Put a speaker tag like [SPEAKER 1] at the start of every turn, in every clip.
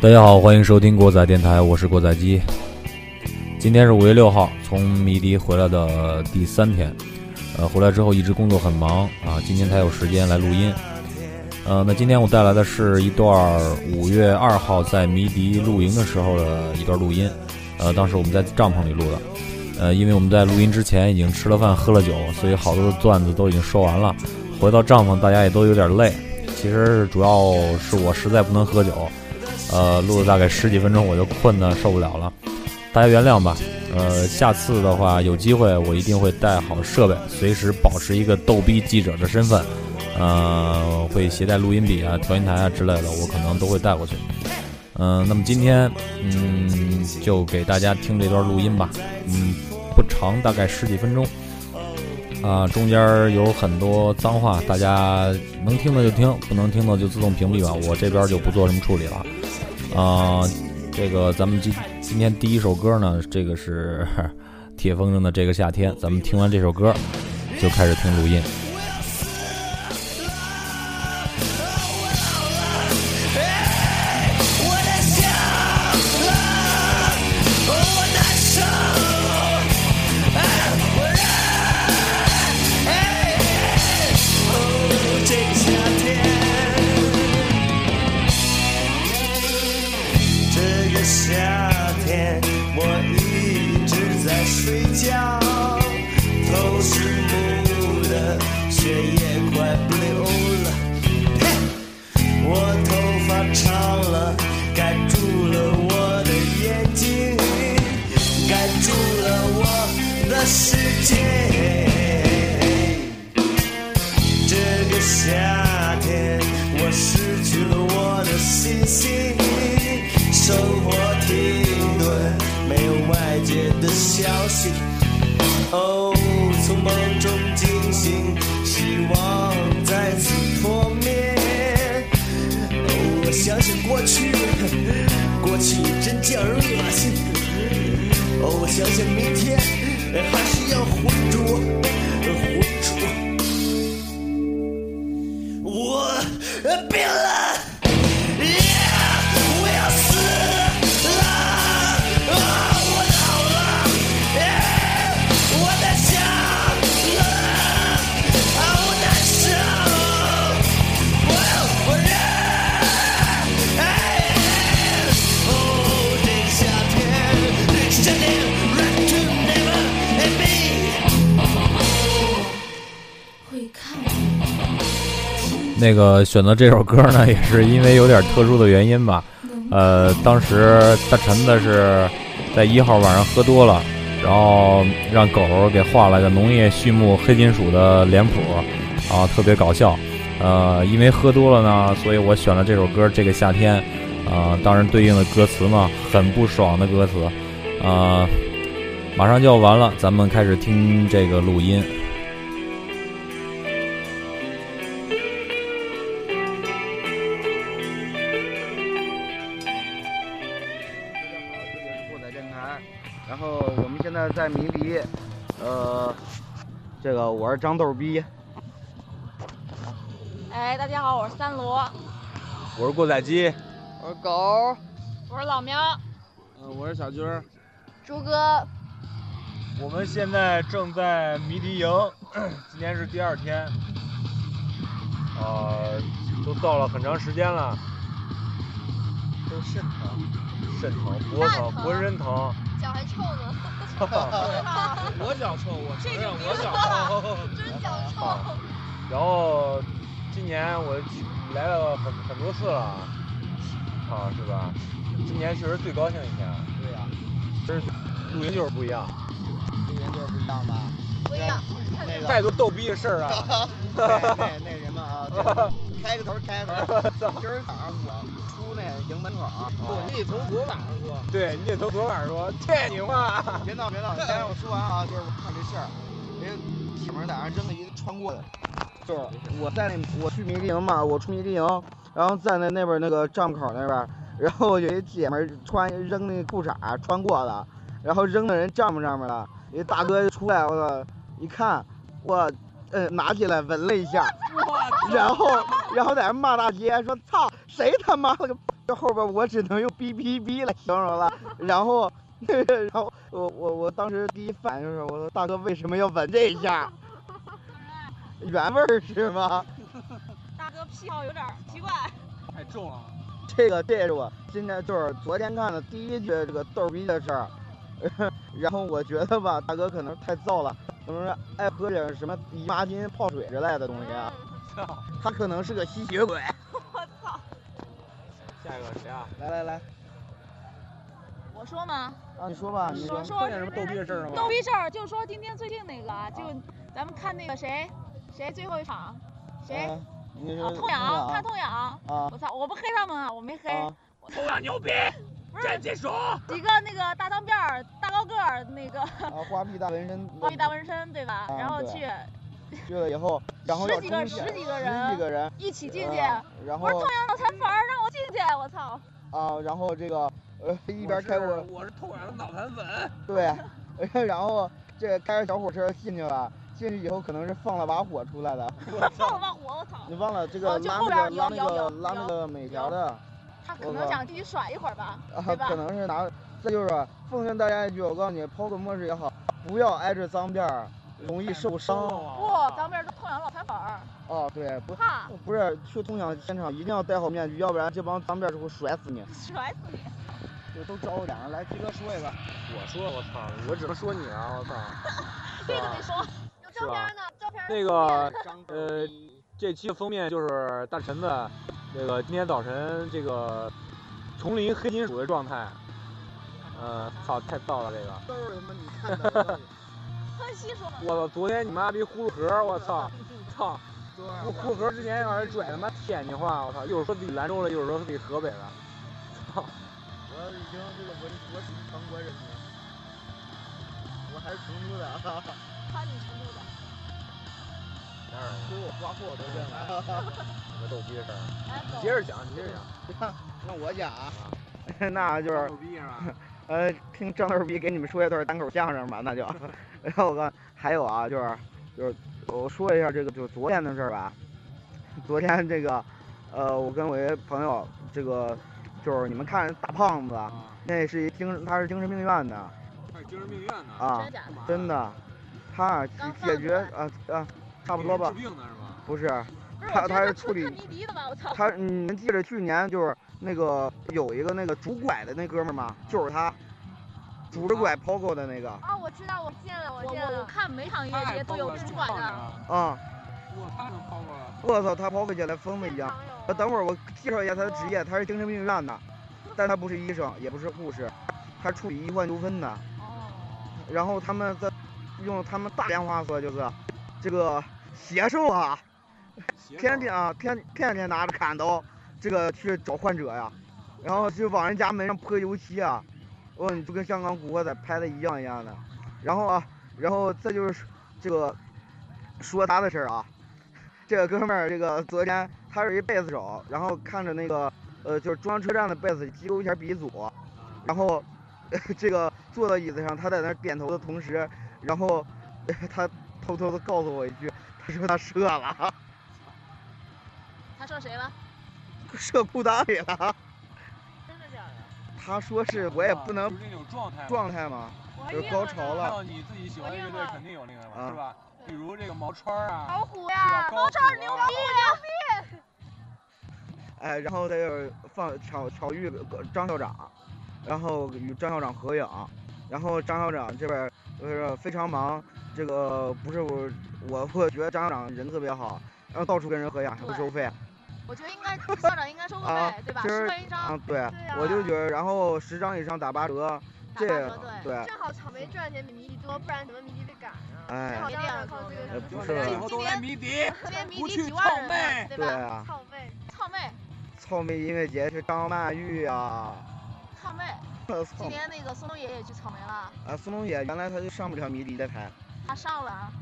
[SPEAKER 1] 大家好，欢迎收听国仔电台，我是国仔鸡。今天是五月六号，从迷笛回来的第三天，呃，回来之后一直工作很忙啊，今天才有时间来录音。呃，那今天我带来的是一段五月二号在迷笛露营的时候的一段录音，呃，当时我们在帐篷里录的。呃，因为我们在录音之前已经吃了饭喝了酒，所以好多的段子都已经说完了。回到帐篷，大家也都有点累。其实主要是我实在不能喝酒，呃，录了大概十几分钟我就困得受不了了，大家原谅吧。呃，下次的话有机会我一定会带好设备，随时保持一个逗逼记者的身份，呃，会携带录音笔啊、调音台啊之类的，我可能都会带过去。嗯、那么今天，嗯，就给大家听这段录音吧，嗯，不长，大概十几分钟，啊、中间儿有很多脏话，大家能听的就听，不能听的就自动屏蔽吧，我这边就不做什么处理了。啊、这个咱们今今天第一首歌呢，这个是 铁风筝的《这个夏天》，咱们听完这首歌就开始听录音。
[SPEAKER 2] 这个夏天我一直在睡觉，头是木的，血也快不流了。嘿，我头发长了，盖住了我的眼睛，盖住了我的世界。这个夏天，我失去了我的信心，生活停顿，没有外界的消息。哦，从梦中惊醒，希望再次破灭。哦，我想想过去，过去真叫人恶心。哦，我想想明天，还是要浑浊，浑浊。我病了，我要死了，啊，我老了，我在想了，啊，我难受，我我热，哦，这个夏天，夏天，right to never and me。
[SPEAKER 3] 会看
[SPEAKER 1] 那个选择这首歌呢，也是因为有点特殊的原因吧。呃，当时大陈子是在一号晚上喝多了，然后让狗给画了个农业畜牧黑金属的脸谱，啊，特别搞笑。呃，因为喝多了呢，所以我选了这首歌《这个夏天》。啊，当然对应的歌词呢，很不爽的歌词。啊，马上就要完了，咱们开始听这个录音。
[SPEAKER 4] 大家好，这里是过载电台。然后我们现在在迷笛，呃，这个我是张豆逼，
[SPEAKER 3] 哎，大家好，我是三罗，
[SPEAKER 4] 我是过载鸡，
[SPEAKER 5] 我是狗，
[SPEAKER 3] 我是老喵，
[SPEAKER 4] 呃，我是小军。
[SPEAKER 3] 朱哥，
[SPEAKER 4] 我们现在正在迷笛营，今天是第二天，呃，都到了很长时间了，都肾疼，肾疼，脖
[SPEAKER 3] 那
[SPEAKER 4] 疼，
[SPEAKER 3] 疼
[SPEAKER 4] 浑身疼。
[SPEAKER 3] 脚还 臭呢，
[SPEAKER 5] 我脚臭，我
[SPEAKER 3] 这就
[SPEAKER 5] 我脚臭。
[SPEAKER 3] 真脚
[SPEAKER 4] 啊然后今年我去来了很很多次了，啊，是吧？今年确实最高兴一天，
[SPEAKER 5] 对呀、
[SPEAKER 4] 就是露营就是不一样，
[SPEAKER 5] 这人就是不一样吧？
[SPEAKER 3] 不一样，
[SPEAKER 5] 那个
[SPEAKER 4] 太多逗逼的事儿啊！
[SPEAKER 5] 那 那那什么啊，这个开个头开个头。今儿早上我出那营门口儿，你从昨晚上说，
[SPEAKER 4] 对，你得从昨晚上说，这你妈！
[SPEAKER 5] 别闹别闹，先让我说完啊，就是我看这事儿，人铁门在那扔了一个穿过的。就是我在那我去迷笛营嘛，我出迷笛营，然后站在那边那个帐篷口那边儿，然后有一姐们儿穿扔那裤衩儿穿过的，然后扔到人帐篷上面了，一大哥出来，我操，一看，我呃拿起来
[SPEAKER 3] 啊
[SPEAKER 5] 闻了一下，然后然后在那骂大街说操，谁他妈了个这后边我只能用哔哔哔来形容了。然后， 然后我我我当时第一反应就是，我说大哥为什么要闻这一下？原味儿是吗？
[SPEAKER 4] 大哥癖好有点儿奇怪，
[SPEAKER 6] 太重了。
[SPEAKER 5] 这个这是我今天就是昨天看的第一句这个逗逼的事儿， 然后我觉得吧，大哥可能太燥了，可能是爱喝点什么姨妈巾、泡水之类的东西啊，
[SPEAKER 7] 嗯
[SPEAKER 6] 操！
[SPEAKER 5] 他可能是个吸血鬼。
[SPEAKER 4] 我操！
[SPEAKER 6] 下一个谁啊？
[SPEAKER 5] 来来来，
[SPEAKER 7] 我说嘛，
[SPEAKER 5] 啊你说吧，你
[SPEAKER 7] 说
[SPEAKER 6] 说点什么逗逼的事儿了吗
[SPEAKER 7] 逗逼事儿，就说今天最近那个啊，就咱们看那个谁，谁最后一场，谁
[SPEAKER 5] 啊你
[SPEAKER 7] 啊
[SPEAKER 5] 说
[SPEAKER 7] 痛痒，看痛痒，
[SPEAKER 5] 啊
[SPEAKER 7] 我操，我不黑他们啊，我没黑，
[SPEAKER 5] 啊
[SPEAKER 7] 不是真手，几个那个大脏辫儿、大高个儿那个
[SPEAKER 5] 啊花臂大纹身，
[SPEAKER 7] 暴力大纹身对吧？
[SPEAKER 5] 啊
[SPEAKER 7] 然后
[SPEAKER 5] 对
[SPEAKER 7] 去
[SPEAKER 5] 去了以后，然后
[SPEAKER 7] 十
[SPEAKER 5] 要
[SPEAKER 7] 几个
[SPEAKER 5] 冲线
[SPEAKER 7] 十几个人
[SPEAKER 5] 十几个人
[SPEAKER 7] 一起进去，
[SPEAKER 5] 啊然
[SPEAKER 7] 我说
[SPEAKER 5] 后
[SPEAKER 7] 痛痒脑残粉儿让我进去，我操，
[SPEAKER 5] 啊然后这个呃一边开
[SPEAKER 6] 我
[SPEAKER 5] 火
[SPEAKER 6] 是，我是痛痒的脑残粉。
[SPEAKER 5] 对， 然后这个开着小火车进去了，进去以后可能是放了把火出来的，
[SPEAKER 7] 放吧火，我操
[SPEAKER 5] 你，忘了这
[SPEAKER 7] 哦
[SPEAKER 5] 个
[SPEAKER 7] 就
[SPEAKER 5] 拉
[SPEAKER 7] 后
[SPEAKER 5] 那个
[SPEAKER 7] 边
[SPEAKER 5] 拉
[SPEAKER 7] 有
[SPEAKER 5] 那个
[SPEAKER 7] 有有
[SPEAKER 5] 拉那个美条的
[SPEAKER 7] 他可
[SPEAKER 5] 我
[SPEAKER 7] 能
[SPEAKER 5] 操
[SPEAKER 7] 想自己甩一会儿吧，
[SPEAKER 5] 啊
[SPEAKER 7] 对，吧
[SPEAKER 5] 可能是拿，这就是奉劝大家一句，我告诉你，抛个墨水也好，不要挨着脏辫儿，容易受伤。
[SPEAKER 7] 不，
[SPEAKER 6] 哦
[SPEAKER 7] 咱们这是痛痒脑残粉儿，
[SPEAKER 5] 哦，对，不
[SPEAKER 7] 怕
[SPEAKER 5] 不是去通享现场一定要戴好面具，要不然这帮脏辫儿会甩死你。
[SPEAKER 7] 甩死你。
[SPEAKER 5] 就都招脸来，鸡哥说一个。
[SPEAKER 6] 我说我操，我只能说你啊！我操。
[SPEAKER 7] 这个得说，
[SPEAKER 4] 有照片呢，照片。
[SPEAKER 6] 那
[SPEAKER 5] 啊
[SPEAKER 6] 个呃，这期的封面就是大陈子，这个今天早晨这个丛林黑金属的状态。呃，操，太燥了这个！
[SPEAKER 5] 都是他妈你看 的，
[SPEAKER 7] 喷西说嘛，
[SPEAKER 6] 我操，昨天你妈逼呼噜盒，我操，操！呼呼盒之前让人拽他妈天津话，我操，一会儿说自己兰州了，一会儿说自己河北了，操！
[SPEAKER 5] 我已经这个我我属于全国人民，我还是成都的啊，
[SPEAKER 7] 看你程度的。
[SPEAKER 5] 所以我刮胡我都认 了。
[SPEAKER 6] 什么逗逼的事儿？啊
[SPEAKER 7] 来
[SPEAKER 6] 你
[SPEAKER 7] 走
[SPEAKER 6] 接着讲，你接着讲。
[SPEAKER 5] 那我讲啊，那就是
[SPEAKER 6] 逗逼是吧？
[SPEAKER 5] 呃，听张逗逼给你们说一段单口相声吧，那就。 然后我刚还有啊，就是就是我说一下这个就是昨天的事儿吧。昨天这个，呃，我跟我一朋友，这个就是你们看大胖子，啊那是一精，他是精神病院的
[SPEAKER 6] 还精神病院呢？
[SPEAKER 5] 啊
[SPEAKER 7] 真，假的？
[SPEAKER 5] 真的，他
[SPEAKER 7] 刚
[SPEAKER 5] 解
[SPEAKER 7] 放出
[SPEAKER 5] 决
[SPEAKER 7] 来
[SPEAKER 5] 啊啊，差不多吧
[SPEAKER 6] 治，病呢是吧？
[SPEAKER 5] 不是，
[SPEAKER 7] 不是，
[SPEAKER 5] 他他
[SPEAKER 7] 我觉得
[SPEAKER 5] 是
[SPEAKER 7] 他
[SPEAKER 5] 处理
[SPEAKER 7] 迷笛的吧？我操！
[SPEAKER 5] 他你们记得去年就是那个有一个那个拄拐的那哥们儿吗？就是他，拄着拐抛狗的那个
[SPEAKER 4] 哦，我知道，我见了，我
[SPEAKER 7] 我
[SPEAKER 4] 见
[SPEAKER 7] 我
[SPEAKER 4] 了。
[SPEAKER 7] 看每场音乐节都有主管的，
[SPEAKER 6] 的。
[SPEAKER 5] 啊，
[SPEAKER 6] 我太能抛过了。
[SPEAKER 5] 我操，他抛回去了，疯子一样。呃，等会儿我介绍一下他的职业，他是精神病院的，但他不是医生，也不是护士，他处理医患纠纷的。
[SPEAKER 4] 哦
[SPEAKER 5] 然后他们在用他们大连话说就是，这个邪兽啊，天天啊天天天拿着砍刀，这个去找患者呀，然后去往人家门上泼油漆啊，哦，你就跟香港古惑仔拍的一样一样的。然后啊，然后再就是这个说他的事儿啊，这个哥们儿，这个昨天他是一贝斯手，然后看着那个呃，就是中央车站的贝斯击溜一下鼻祖，然后、 呃这个坐到椅子上，他在那儿点头的同时，然后、 呃他偷偷的告诉我一句，他说他射了，
[SPEAKER 7] 他说谁了？
[SPEAKER 5] 射裤裆里了。
[SPEAKER 7] 真的假的？
[SPEAKER 5] 他说是我也不能
[SPEAKER 6] 就是那种状态嘛。
[SPEAKER 5] 状态嘛，
[SPEAKER 7] 我还
[SPEAKER 5] 就是
[SPEAKER 7] 晕
[SPEAKER 5] 高
[SPEAKER 7] 了呢
[SPEAKER 5] 潮
[SPEAKER 6] 看
[SPEAKER 5] 了。
[SPEAKER 6] 到你自己喜欢的乐队，肯定有那个嘛，
[SPEAKER 5] 啊
[SPEAKER 6] 是吧？比如这个毛川儿啊，
[SPEAKER 7] 老虎
[SPEAKER 6] 是吧
[SPEAKER 7] 呀，
[SPEAKER 6] 高
[SPEAKER 7] 老
[SPEAKER 6] 虎
[SPEAKER 7] 赵
[SPEAKER 6] 啊
[SPEAKER 7] 牛逼！
[SPEAKER 5] 哎，然后再就是放巧巧遇张校长，然后与张校长合影，然后张校长这边儿呃非常忙，这个不是我我我觉得张校长人特别好，然后到处跟人合影还不收费
[SPEAKER 7] 我觉得应该校长应该收个
[SPEAKER 5] 啊
[SPEAKER 7] 费，对吧？
[SPEAKER 5] 其实
[SPEAKER 7] 十块一张，
[SPEAKER 5] 啊，对，
[SPEAKER 4] 啊
[SPEAKER 5] 我就觉得然后十张以上打八折，这
[SPEAKER 7] 打八折对
[SPEAKER 5] 对，
[SPEAKER 4] 正好草莓赚钱比迷笛多，不然怎么迷笛被赶啊？
[SPEAKER 5] 哎
[SPEAKER 4] 正好这样靠这个啊什
[SPEAKER 5] 呃不
[SPEAKER 4] 么
[SPEAKER 5] 是
[SPEAKER 6] 以后都来迷笛，
[SPEAKER 7] 今天迷
[SPEAKER 6] 不
[SPEAKER 7] 笛
[SPEAKER 6] 去
[SPEAKER 7] 几万
[SPEAKER 6] 唱
[SPEAKER 7] 人
[SPEAKER 6] 呗
[SPEAKER 7] 呢，对
[SPEAKER 5] 对
[SPEAKER 7] 吧？
[SPEAKER 5] 啊，
[SPEAKER 4] 靠背，
[SPEAKER 7] 操妹，
[SPEAKER 5] 草莓音乐节是张曼玉啊，
[SPEAKER 7] 操妹，
[SPEAKER 5] 我
[SPEAKER 7] 今
[SPEAKER 5] 操
[SPEAKER 7] 年那个松东爷也去草莓了，
[SPEAKER 5] 啊苏东野原来他就上不了迷笛的台，
[SPEAKER 7] 他
[SPEAKER 4] 啊
[SPEAKER 7] 上了，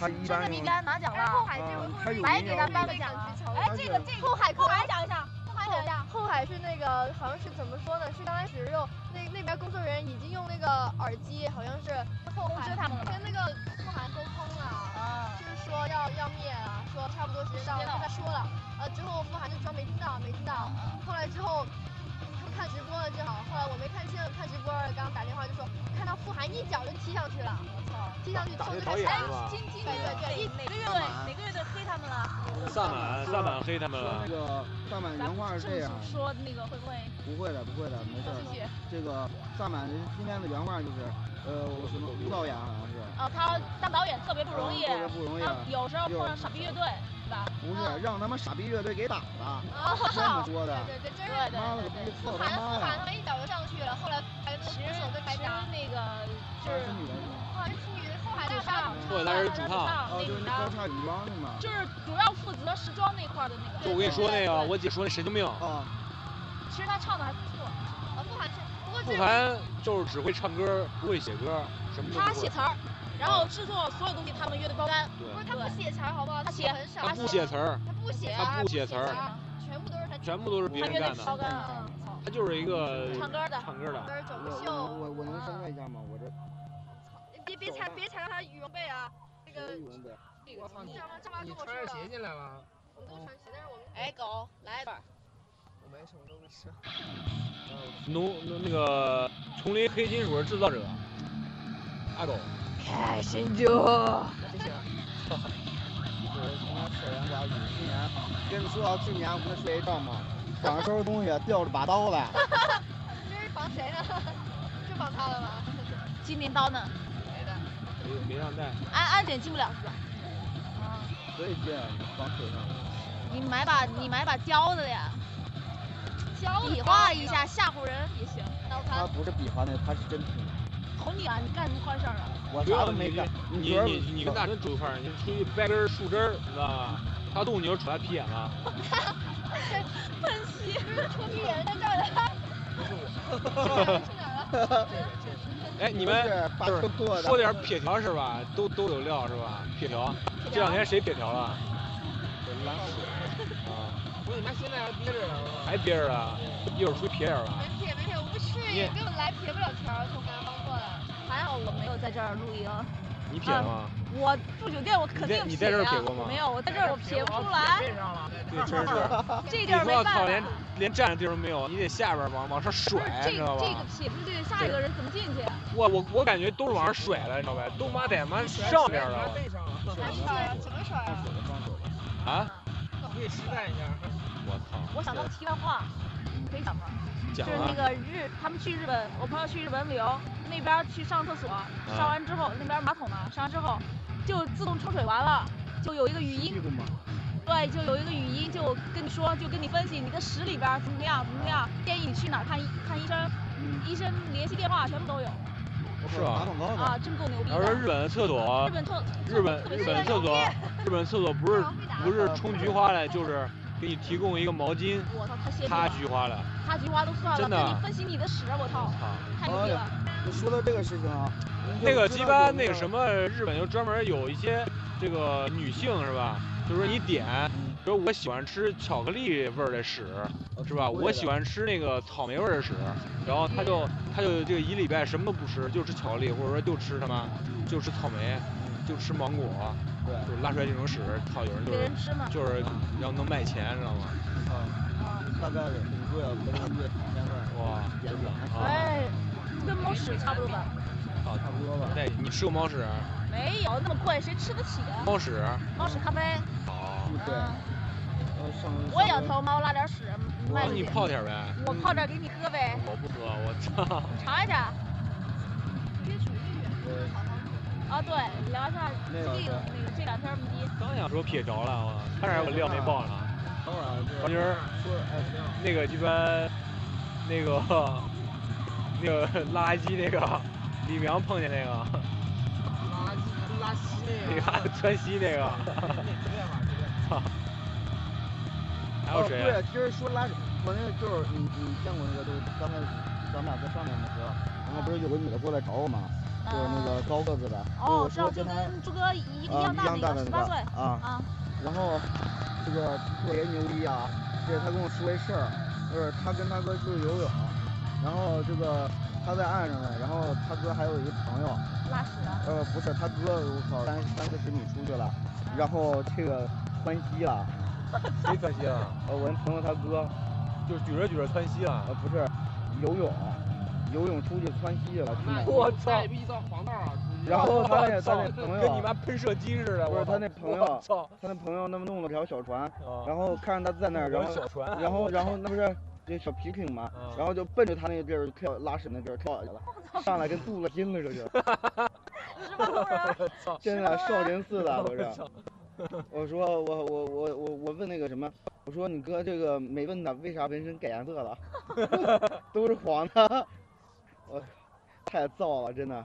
[SPEAKER 5] 他一
[SPEAKER 7] 深
[SPEAKER 5] 般
[SPEAKER 7] 圳迷笛还拿奖
[SPEAKER 4] 哎，后
[SPEAKER 7] 了。
[SPEAKER 4] 海这回
[SPEAKER 5] 啊
[SPEAKER 4] 会
[SPEAKER 5] 他
[SPEAKER 4] 不
[SPEAKER 5] 有
[SPEAKER 4] 是
[SPEAKER 7] 白
[SPEAKER 5] 音
[SPEAKER 7] 给
[SPEAKER 5] 乐
[SPEAKER 7] 咱
[SPEAKER 5] 会
[SPEAKER 7] 颁个奖啊！哎，这个这个
[SPEAKER 4] 后海
[SPEAKER 7] 后
[SPEAKER 4] 后
[SPEAKER 7] 海
[SPEAKER 4] 海
[SPEAKER 7] 讲一下，后海讲一下。
[SPEAKER 4] 后海是那个好像是怎么说呢？是刚开始用那那边工作人员已经用那个耳机，好像是后海
[SPEAKER 7] 通知他们了吧
[SPEAKER 4] 跟那个后海沟通了，
[SPEAKER 7] 啊
[SPEAKER 4] 就是说要要灭了，说差不多时间到了，跟
[SPEAKER 7] 时间到了
[SPEAKER 4] 他说了，呃之后富含就装没听到，没听到，后来之后。
[SPEAKER 3] 看直播了正好，后来我没看清，看直播了，刚打电话就说看到傅涵一脚就踢上去了，
[SPEAKER 7] 我操！
[SPEAKER 3] 踢上去
[SPEAKER 4] 打
[SPEAKER 3] 球
[SPEAKER 4] 那
[SPEAKER 3] 就
[SPEAKER 4] 导演
[SPEAKER 3] 开
[SPEAKER 7] 哎
[SPEAKER 4] 是吧，
[SPEAKER 7] 今今天哪哪个乐队哪个乐队黑他们了？
[SPEAKER 6] 萨满萨满黑他们
[SPEAKER 5] 说
[SPEAKER 6] 了
[SPEAKER 5] 那，个萨满
[SPEAKER 7] 咱
[SPEAKER 5] 原话
[SPEAKER 7] 们
[SPEAKER 5] 是这
[SPEAKER 7] 正
[SPEAKER 5] 样，
[SPEAKER 7] 主说那个会不会？
[SPEAKER 5] 不会的，不会的，没事儿
[SPEAKER 7] 继
[SPEAKER 5] 的。
[SPEAKER 7] 续。
[SPEAKER 5] 这个萨满的今天的原话就是，呃，我什么吴导演好像是，
[SPEAKER 7] 啊，他当导演特别不容易，
[SPEAKER 5] 特别不容易啊
[SPEAKER 7] 他有时候碰上傻逼乐队，是吧？
[SPEAKER 5] 不是让他们傻逼乐队给打了，
[SPEAKER 3] 啊，
[SPEAKER 5] 这么说的。
[SPEAKER 3] 对对，真是
[SPEAKER 7] 对对
[SPEAKER 5] 妈了个
[SPEAKER 7] 对
[SPEAKER 5] 逼
[SPEAKER 7] 对。，
[SPEAKER 5] 操
[SPEAKER 3] 傅
[SPEAKER 5] 他
[SPEAKER 3] 涵
[SPEAKER 5] 妈
[SPEAKER 3] 傅涵
[SPEAKER 5] 呀！
[SPEAKER 3] 他一脚就上去了，后来还那
[SPEAKER 7] 其实
[SPEAKER 3] 个手就
[SPEAKER 7] 其
[SPEAKER 3] 开
[SPEAKER 7] 实
[SPEAKER 3] 打，
[SPEAKER 7] 那个就
[SPEAKER 5] 啊
[SPEAKER 7] 是呃
[SPEAKER 5] 是女的是吗？
[SPEAKER 3] 哇，这女的后海大
[SPEAKER 7] 上
[SPEAKER 3] 上，
[SPEAKER 6] 对来人主
[SPEAKER 7] 主
[SPEAKER 6] 唱
[SPEAKER 7] 唱
[SPEAKER 5] 哦，
[SPEAKER 7] 那
[SPEAKER 5] 就是
[SPEAKER 7] 女
[SPEAKER 5] 那高
[SPEAKER 7] 的，
[SPEAKER 5] 叉女装是吗？
[SPEAKER 7] 就是主要负责时装那块儿的那个。
[SPEAKER 6] 就我跟你说那个，
[SPEAKER 7] 对
[SPEAKER 6] 我姐说那神经病，
[SPEAKER 5] 哦，
[SPEAKER 7] 其实他唱的还不错，
[SPEAKER 3] 啊，傅涵是，不过
[SPEAKER 6] 傅
[SPEAKER 3] 这
[SPEAKER 6] 凡就是只会唱歌，不会写歌，什么都
[SPEAKER 7] 他
[SPEAKER 6] 不
[SPEAKER 7] 写
[SPEAKER 6] 会。
[SPEAKER 7] 词儿，然后制作所有东西他们乐队包干。
[SPEAKER 3] 不
[SPEAKER 6] 对，
[SPEAKER 3] 是他不写词儿好不好？
[SPEAKER 7] 他写
[SPEAKER 3] 很少，
[SPEAKER 6] 他不写词儿，
[SPEAKER 3] 他不写啊，
[SPEAKER 6] 他不写词
[SPEAKER 3] 不
[SPEAKER 6] 儿，
[SPEAKER 3] 全部都是他
[SPEAKER 6] 全部都是别
[SPEAKER 7] 他
[SPEAKER 6] 人
[SPEAKER 7] 乐
[SPEAKER 6] 干
[SPEAKER 7] 队包
[SPEAKER 6] 的。嗯
[SPEAKER 7] 干啊，
[SPEAKER 6] 他就是一个
[SPEAKER 7] 唱歌的。
[SPEAKER 6] 唱歌的，
[SPEAKER 3] 歌走
[SPEAKER 5] 我
[SPEAKER 3] 个
[SPEAKER 5] 我
[SPEAKER 3] 秀，
[SPEAKER 5] 我我能翻阅一下吗？我这
[SPEAKER 3] 别别缠别缠他羽绒被啊，那
[SPEAKER 5] 我
[SPEAKER 3] 个
[SPEAKER 5] 语文呗。
[SPEAKER 3] 张妈张妈跟我说了，
[SPEAKER 8] 进来了？
[SPEAKER 3] 我们都穿鞋，但是我们
[SPEAKER 7] 哎，狗来一段。
[SPEAKER 8] 我没什么都没吃。
[SPEAKER 6] 奴奴那个丛林黑金属的制造者，阿狗，
[SPEAKER 7] 开心就。
[SPEAKER 8] 谢谢。
[SPEAKER 5] 就是从来少言寡语。去年跟你说到去年我们睡一觉嘛，晚上收拾东西掉了把刀来，
[SPEAKER 3] 这是防谁呢？就防他了吧？
[SPEAKER 7] 金镰刀呢？
[SPEAKER 6] 没没让带，
[SPEAKER 7] 安安检进不了是吧？啊，
[SPEAKER 5] 所以这往腿上。
[SPEAKER 7] 你买把你买把胶的呀，
[SPEAKER 3] 教
[SPEAKER 7] 比划一下吓唬人也行。
[SPEAKER 3] 脑
[SPEAKER 5] 他
[SPEAKER 3] 残，
[SPEAKER 5] 不是比划那，他是真拼。
[SPEAKER 7] 捅你啊！你干什么坏事儿 了？
[SPEAKER 5] 我
[SPEAKER 6] 不
[SPEAKER 5] 啥
[SPEAKER 6] 要
[SPEAKER 5] 都
[SPEAKER 6] 你
[SPEAKER 5] 没干。
[SPEAKER 6] 你
[SPEAKER 5] 觉得
[SPEAKER 6] 你你跟大神住一块儿，你出去掰根儿树枝儿，你知道吧？他动你就杵他屁眼了，
[SPEAKER 7] 喷 漆，
[SPEAKER 3] 出去人在这儿了，去哪儿了？
[SPEAKER 6] 哎，你
[SPEAKER 5] 不
[SPEAKER 6] 们
[SPEAKER 5] 是把车破的。
[SPEAKER 6] 说点撇条是吧？都都有料是吧？撇条，这两天谁撇条了？啊，
[SPEAKER 8] 我怎么现在还憋着呢？
[SPEAKER 6] 还憋着啊？一会儿出去撇点儿
[SPEAKER 7] 啊
[SPEAKER 6] 吧。
[SPEAKER 3] 没撇没撇，我不去，根本来撇不了条，从南方过来。
[SPEAKER 7] 还好我没有在这儿露营。
[SPEAKER 6] 你撇 了吗？
[SPEAKER 7] 我住酒店，我肯定
[SPEAKER 6] 你在你在这儿
[SPEAKER 7] 呀
[SPEAKER 6] 撇过吗
[SPEAKER 7] 我没有，我在这儿我撇不出来，
[SPEAKER 8] 背上了。
[SPEAKER 6] 对，真是。
[SPEAKER 7] 这地
[SPEAKER 6] 你
[SPEAKER 7] 儿
[SPEAKER 6] 说
[SPEAKER 7] 没
[SPEAKER 6] 要
[SPEAKER 7] 办
[SPEAKER 6] 靠
[SPEAKER 7] 法。
[SPEAKER 6] 连连站的地方没有，你得下边儿往往
[SPEAKER 7] 不
[SPEAKER 6] 上
[SPEAKER 7] 是
[SPEAKER 6] 甩，
[SPEAKER 7] 这
[SPEAKER 6] 你知
[SPEAKER 7] 个
[SPEAKER 6] 道吧
[SPEAKER 7] 这？个撇出去，下一个人怎么进去？
[SPEAKER 6] 我我我感觉都是往上甩了，你知道吧？都妈得妈上边儿了
[SPEAKER 8] 背上了。
[SPEAKER 3] 哪甩
[SPEAKER 7] 哎
[SPEAKER 3] 啊？怎么甩啊？
[SPEAKER 6] 啊！
[SPEAKER 8] 可以示范一下。
[SPEAKER 6] 我操！
[SPEAKER 7] 我想到题外话，可以讲吗？就
[SPEAKER 6] 讲
[SPEAKER 7] 是那
[SPEAKER 6] 啊，
[SPEAKER 7] 个日，他们去日本，我朋友去日本旅游，那边儿去上厕所，上完之后那边儿马桶嘛，上完之后就自动冲水完了，就有一个语音，对，就有一个语音就跟你说，就跟你分析你的屎里边儿怎么样怎么样，建议你去哪儿看医看医生，医生联系电话全部都有
[SPEAKER 6] 是啊
[SPEAKER 5] 马桶高呢。
[SPEAKER 7] 啊，真够牛逼
[SPEAKER 6] 要说
[SPEAKER 7] 的。
[SPEAKER 6] 日本的厕所
[SPEAKER 7] 日，本特
[SPEAKER 6] 日本日本厕所，日本厕所不是不是冲菊花的，就是给你提供一个毛巾，
[SPEAKER 7] 我操，太先进
[SPEAKER 6] 擦
[SPEAKER 7] 了，
[SPEAKER 6] 菊花的。
[SPEAKER 7] 他菊花都算了，
[SPEAKER 6] 真的
[SPEAKER 7] 给你分析你的屎，我操，
[SPEAKER 6] 操！
[SPEAKER 7] 太牛逼了。
[SPEAKER 5] 你说到这个事情啊，你就
[SPEAKER 6] 那个
[SPEAKER 5] 嗯知
[SPEAKER 6] 鸡
[SPEAKER 5] 道
[SPEAKER 6] 巴
[SPEAKER 5] 有
[SPEAKER 6] 那个什
[SPEAKER 5] 么，
[SPEAKER 6] 么，日本就专门有一些这个女性是吧？就是说你点，
[SPEAKER 5] 嗯
[SPEAKER 6] 比如我喜欢吃巧克力味儿的屎，
[SPEAKER 5] 哦
[SPEAKER 6] 是吧？我喜欢吃那个草莓味儿的屎，然后他就他就这个一礼拜什么都不吃，就吃巧克力，或者说就吃他妈就吃草莓，就吃芒果，
[SPEAKER 5] 对
[SPEAKER 6] 就拉出来这种屎，操，有人就
[SPEAKER 7] 给
[SPEAKER 6] 是
[SPEAKER 7] 人吃嘛，
[SPEAKER 6] 就是要能卖钱，知道吗？
[SPEAKER 5] 啊大概很贵啊，不能贵两千块，
[SPEAKER 6] 哇，
[SPEAKER 5] 也远，
[SPEAKER 6] 啊，
[SPEAKER 7] 哎，跟猫屎差不多吧？
[SPEAKER 6] 操，
[SPEAKER 5] 差不多吧。
[SPEAKER 6] 那你吃过猫屎？
[SPEAKER 7] 没有那么贵，谁吃得起啊？
[SPEAKER 6] 猫屎？哦
[SPEAKER 7] 猫屎咖啡，
[SPEAKER 6] 好，
[SPEAKER 5] 对，
[SPEAKER 7] 啊
[SPEAKER 5] 呃上嗯
[SPEAKER 7] 我也想偷猫拉点屎嗯卖
[SPEAKER 6] 那
[SPEAKER 7] 出
[SPEAKER 6] 你
[SPEAKER 7] 去，
[SPEAKER 6] 泡点儿呗。
[SPEAKER 7] 我泡点给你喝呗，
[SPEAKER 6] 我不喝，我操！
[SPEAKER 7] 尝一下。
[SPEAKER 3] 越处越远，好好
[SPEAKER 7] 啊，对，聊一下
[SPEAKER 5] 那
[SPEAKER 7] 这
[SPEAKER 5] 个
[SPEAKER 7] 个那个这两天迷，
[SPEAKER 6] 刚想说撇着了，我差点我料没爆呢。
[SPEAKER 5] 等会儿啊，
[SPEAKER 6] 王军儿
[SPEAKER 5] 说哎怎么样？
[SPEAKER 6] 那个鸡巴，那个 那个垃圾那个李明阳碰见那个
[SPEAKER 8] 垃圾垃圾
[SPEAKER 6] 那个川西那个，还有谁啊？
[SPEAKER 5] 对，其实说拉屎，我那个就是你你见过那个，就是刚才咱们俩在上面的时候，然啊后不是有个女的过来找我嘛，就是那个高个子的，
[SPEAKER 7] 呃哦，
[SPEAKER 5] 就是说
[SPEAKER 7] 知道，就
[SPEAKER 5] 跟她
[SPEAKER 7] 跟朱哥一个一
[SPEAKER 5] 啊
[SPEAKER 7] 样
[SPEAKER 5] 一样
[SPEAKER 7] 那
[SPEAKER 5] 大
[SPEAKER 7] 个，
[SPEAKER 5] 的那
[SPEAKER 7] 十八
[SPEAKER 5] 个
[SPEAKER 7] 岁
[SPEAKER 5] 啊，
[SPEAKER 7] 啊，
[SPEAKER 5] 然后这个特别牛逼啊，这他跟我说一事儿，就是他跟他哥去游泳，然后这个他在岸上呢，然后他哥还有一个朋友，
[SPEAKER 7] 拉屎 了，
[SPEAKER 5] 呃不是他哥，我靠三三四十米出去了，然后这个窜稀了，啊
[SPEAKER 6] 谁川西了？
[SPEAKER 5] 呃我那朋友他哥，
[SPEAKER 6] 就是举着举着川西了。
[SPEAKER 5] 呃不是游泳，游泳出去窜稀去了，听
[SPEAKER 8] 那
[SPEAKER 5] 见
[SPEAKER 8] 你
[SPEAKER 5] 吗
[SPEAKER 4] 我操
[SPEAKER 8] 带逼上黄道啊！出去
[SPEAKER 5] 然后他那他
[SPEAKER 4] 操
[SPEAKER 5] 那朋
[SPEAKER 6] 啊
[SPEAKER 4] 跟你
[SPEAKER 5] 友，
[SPEAKER 4] 妈喷射机似的，
[SPEAKER 5] 不是
[SPEAKER 4] 我
[SPEAKER 5] 他那朋友
[SPEAKER 4] 我操，
[SPEAKER 5] 他那朋友那么弄了条小船，
[SPEAKER 4] 啊
[SPEAKER 5] 然后看着他在那儿，然
[SPEAKER 4] 有
[SPEAKER 5] 后
[SPEAKER 4] 小船，
[SPEAKER 5] 然后然后那不是这小皮艇嘛，
[SPEAKER 4] 啊
[SPEAKER 5] 然后就奔着他那个地儿跳拉屎那地儿跳下去了，上来跟镀了金了这就，
[SPEAKER 7] 十八路人，
[SPEAKER 5] 真 的
[SPEAKER 7] 啊
[SPEAKER 5] 少林寺的不是。 我说我我我我我问那个什么，我说你哥这个没问他为啥纹身改颜色 了， 都是黄的，我太燥了真的。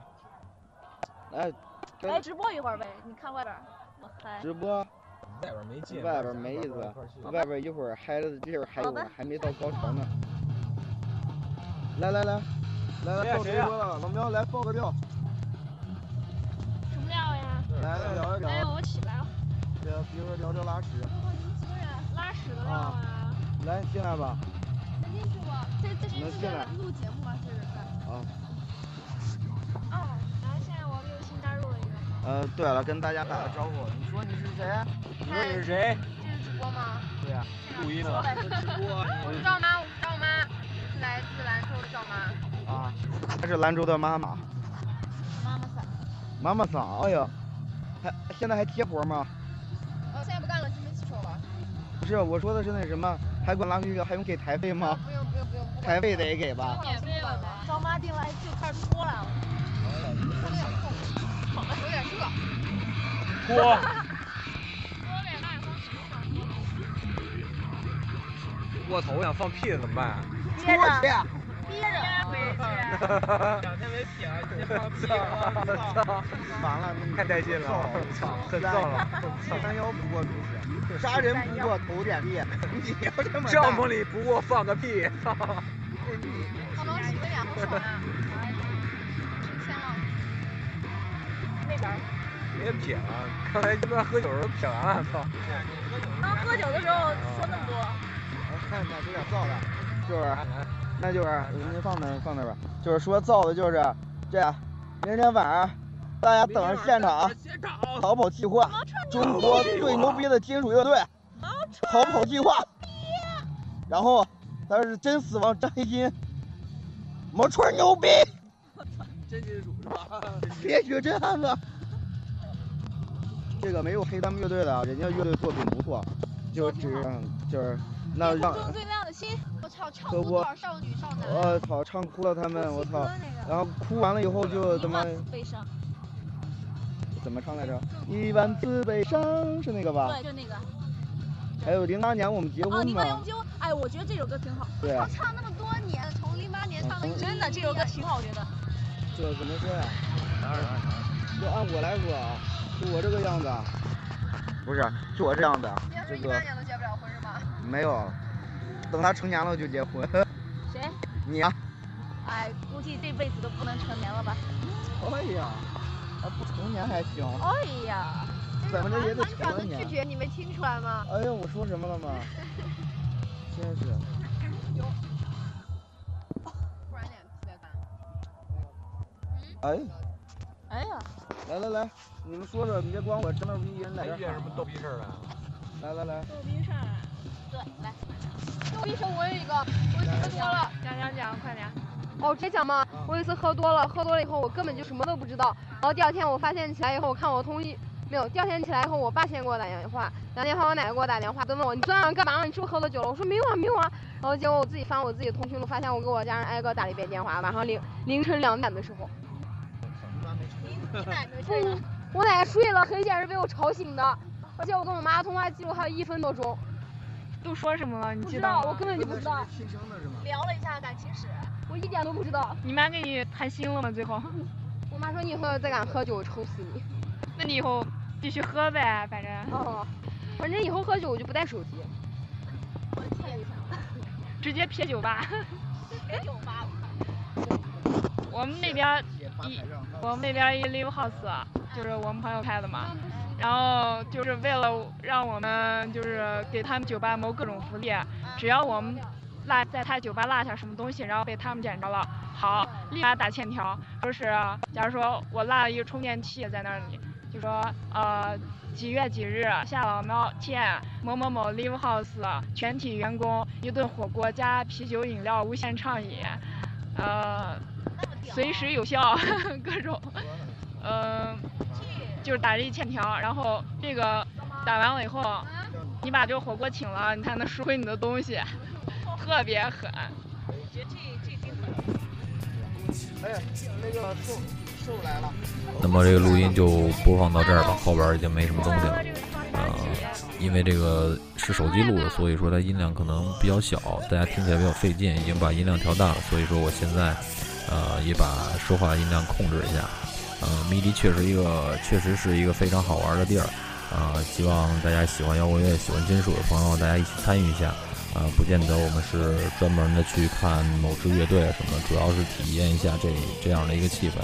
[SPEAKER 5] 哎，真
[SPEAKER 7] 来直播一会儿呗，你看外边儿，我嗨。
[SPEAKER 5] 直播
[SPEAKER 4] 外边没劲，
[SPEAKER 5] 外边没意思，外边一会儿嗨的地儿还有
[SPEAKER 7] 好吧
[SPEAKER 5] 呢，还没到高潮呢。来来来，来
[SPEAKER 4] 谁呀
[SPEAKER 5] 来报
[SPEAKER 4] 谁
[SPEAKER 5] 直
[SPEAKER 4] 呀
[SPEAKER 5] 播了，老苗来报个料，
[SPEAKER 3] 什么料呀？
[SPEAKER 5] 来聊一聊
[SPEAKER 3] 哎，呦，我起来了，
[SPEAKER 5] 这比如说聊这拉屎，
[SPEAKER 3] 拉屎的料啊！
[SPEAKER 5] 来进来吧，
[SPEAKER 3] 能进去吗？这这是
[SPEAKER 5] 能
[SPEAKER 3] 这
[SPEAKER 5] 进来
[SPEAKER 3] 个录节目吗？这是
[SPEAKER 5] 啊。
[SPEAKER 3] 哦，然后现在我们又新加入了一个，
[SPEAKER 5] 呃，对了，跟大家打个招呼，你说你是谁？啊
[SPEAKER 4] 你说你是谁？
[SPEAKER 3] 这是直播吗？
[SPEAKER 4] 对呀，录音呢。
[SPEAKER 3] 我是赵妈，我是赵妈，是来自兰州的赵妈。
[SPEAKER 5] 啊，她是兰州的妈妈，
[SPEAKER 3] 妈妈伞。
[SPEAKER 5] 妈妈桑，哎呀，还现在还贴活吗？
[SPEAKER 3] 呃，现在不干了，新闻气球了。
[SPEAKER 5] 不是，我说的是那什么，还给我拉黑个，还用给台费吗？
[SPEAKER 3] 啊不用不用不用，不
[SPEAKER 5] 台费得给吧？
[SPEAKER 3] 免费了吧？
[SPEAKER 7] 张妈进来就开始脱了，
[SPEAKER 3] 有点痛，有点
[SPEAKER 4] 脱，
[SPEAKER 3] 热。
[SPEAKER 4] 我头想放屁怎么 办？
[SPEAKER 5] 出去！
[SPEAKER 7] 憋着回去。
[SPEAKER 8] 两天没洗了，你这放屁！我操！
[SPEAKER 5] 完了，
[SPEAKER 4] 太 带劲了，我操，很燥了。
[SPEAKER 5] 山腰不过如此，杀人不过头点地。你要这么
[SPEAKER 4] 帐
[SPEAKER 5] 大，
[SPEAKER 4] 篷里不过放个屁， 操！
[SPEAKER 3] 好吗？洗个脸，好爽啊！天了，
[SPEAKER 7] 那边儿，
[SPEAKER 4] 别撇了，刚才他妈喝酒的时候撇完了，操！
[SPEAKER 7] 刚喝酒的时候说那么多，
[SPEAKER 5] 看看有点燥了，就是，那就是，您放那儿放那儿吧，就是说燥的，就是这样，明天晚上大家等着现场。
[SPEAKER 8] 现场啊
[SPEAKER 5] 逃跑计划，中国最牛逼的金属乐队，逃跑计划。然后他是真死亡 张一金，毛川牛逼，
[SPEAKER 8] 真金属是吧？
[SPEAKER 5] 别学真汉子。这个没有黑他们乐队的，啊人家乐队作品不错，就只嗯就是那让
[SPEAKER 7] 心中最亮的心，
[SPEAKER 3] 我操，唱哭多少少女少男？
[SPEAKER 5] 我操唱哭了他们，我
[SPEAKER 7] 喜
[SPEAKER 5] 操
[SPEAKER 7] 哥，那个
[SPEAKER 5] 然后哭完了以后就
[SPEAKER 7] 一
[SPEAKER 5] 怎么
[SPEAKER 7] 万次悲伤，
[SPEAKER 5] 怎么唱来着？一万次悲伤是那个吧？
[SPEAKER 7] 对，就那个。
[SPEAKER 5] 还有零八年我们结
[SPEAKER 7] 哦，
[SPEAKER 5] 婚
[SPEAKER 7] 你
[SPEAKER 5] 嘛
[SPEAKER 7] 们，永久，哎，我觉得这首歌挺好，
[SPEAKER 5] 对啊
[SPEAKER 3] 他，唱那么多年，从零八年唱到
[SPEAKER 7] 真的，这首歌挺好，我觉得。
[SPEAKER 5] 这怎么说呀？就按我来说啊，就我这个样子，啊，不是，就我这样子啊，这
[SPEAKER 3] 别说一
[SPEAKER 5] 个
[SPEAKER 3] 八年都结不了婚是吗？
[SPEAKER 5] 没有，等他成年了就结婚。
[SPEAKER 7] 谁？
[SPEAKER 5] 你啊呀、
[SPEAKER 7] 哎，估计这辈子都不能成年了吧？
[SPEAKER 5] 可以啊，啊不成年还行。
[SPEAKER 7] 哎呀，
[SPEAKER 5] 怎么着也得
[SPEAKER 3] 婉转
[SPEAKER 5] 成
[SPEAKER 3] 的
[SPEAKER 5] 年
[SPEAKER 3] 拒绝，你没听出来吗？
[SPEAKER 5] 哎呀，我说什么了吗？真是，
[SPEAKER 3] 突然脸特别干。
[SPEAKER 5] 哎，
[SPEAKER 7] 哎呀，
[SPEAKER 5] 来来来，你们说说，你别光我真的逼一人在
[SPEAKER 4] 还
[SPEAKER 5] 这
[SPEAKER 4] 遇见
[SPEAKER 5] 儿
[SPEAKER 4] 什么逗逼事儿了？
[SPEAKER 5] 来来来，
[SPEAKER 7] 逗逼事儿。对，来，
[SPEAKER 3] 我跟你说，我有一个，我有一次喝多了。
[SPEAKER 7] 讲讲讲，快点。
[SPEAKER 3] 哦，直接讲嘛，我有一次喝多了，喝多了以后我根本就什么都不知道。然后第二天我发现起来以后，我看我通一没有，第二天起来以后，我爸先给我打电话，打电话我奶奶给我打电话，都问我你昨天晚上干嘛了？你是不是喝多酒了？我说没有啊，没有啊。然后结果我自己翻我自己的通讯录，发现我给我家人挨个打了一遍电话，晚上凌凌晨两点的时候，
[SPEAKER 7] 你奶没睡
[SPEAKER 3] 嗯，我奶奶睡了，黑姐是被我吵醒的，而且我跟我妈通话记录还有一分多钟，
[SPEAKER 7] 都说什么了？你
[SPEAKER 3] 不知道，我根本就不知道，
[SPEAKER 5] 亲生的是吗？
[SPEAKER 7] 聊了一下感情史。
[SPEAKER 3] 我一点都不知道。
[SPEAKER 9] 你妈跟你谈心了吗？最后？
[SPEAKER 3] 我妈说你以后再敢喝酒，我抽死你。
[SPEAKER 9] 那你以后继续喝呗，反正
[SPEAKER 3] 哦，反正以后喝酒我就不带手机。
[SPEAKER 9] 直接撇酒吧。
[SPEAKER 7] 酒吧，
[SPEAKER 9] 我们那边一，我们那边一 live house，就是我们朋友开的嘛，
[SPEAKER 7] 嗯
[SPEAKER 9] 然后就是为了让我们就是给他们酒吧谋各种福利，
[SPEAKER 7] 嗯
[SPEAKER 9] 只要我们落在他酒吧落下什么东西，然后被他们捡着了，好，立马打欠条，说是假如说我落了一个充电器在那里，就说呃几月几日啊向老猫欠某某某 live house 全体员工一顿火锅加啤酒饮料无限畅饮，呃，随时有效， 各种，呃，就是打这一千条，然后这个打完了以后，你把这个火锅请了，你才能赎回你的东西， 特别狠。
[SPEAKER 5] 哎呀，那个瘦瘦来了。
[SPEAKER 1] 那么这个录音就播放到这儿吧，后边已经没什么东西了。啊、因为这个是手机录的，所以说它音量可能比较小，大家听起来比较费劲，已经把音量调大了。所以说我现在，呃，也把说话音量控制一下。呃，迷笛确实一个，确实是一个非常好玩的地儿。啊，希望大家喜欢摇滚乐、喜欢金属的朋友，大家一起参与一下。啊，不见得我们是专门的去看某支乐队啊什么，主要是体验一下这这样的一个气氛。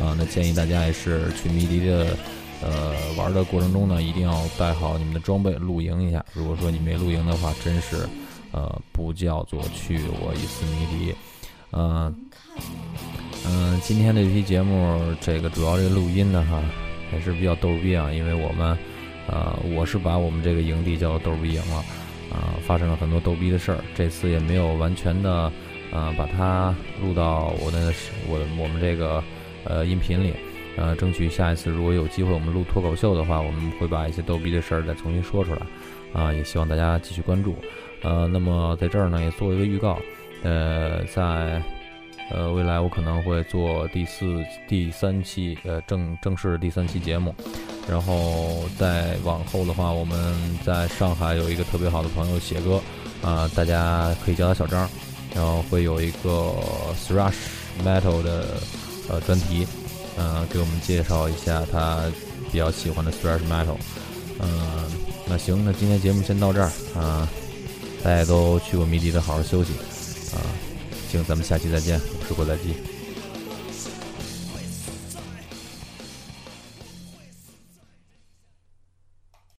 [SPEAKER 1] 啊，那建议大家也是去迷笛的，呃，玩的过程中呢，一定要带好你们的装备，露营一下。如果说你没露营的话，真是，呃，不叫做去过一次迷笛。呃，嗯、今天这期节目，这个主要这个录音呢，哈，还是比较逗逼啊，因为我们，呃，我是把我们这个营地叫做逗逼营了，啊、发生了很多逗逼的事儿，这次也没有完全的，呃，把它录到我的我的我们这个呃音频里，呃，争取下一次如果有机会我们录脱口秀的话，我们会把一些逗逼的事儿再重新说出来，啊、也希望大家继续关注，呃，那么在这儿呢也做一个预告，呃，在呃，未来我可能会做第四、第三期，呃，正正式的第三期节目。然后再往后的话，我们在上海有一个特别好的朋友写歌，啊、大家可以叫他小张。然后会有一个 thrash metal 的呃专题，呃，给我们介绍一下他比较喜欢的 thrash metal。嗯、那行，那今天节目先到这儿啊、大家都去过迷笛的，好好休息啊、行，咱们下期再见，我是郭载基。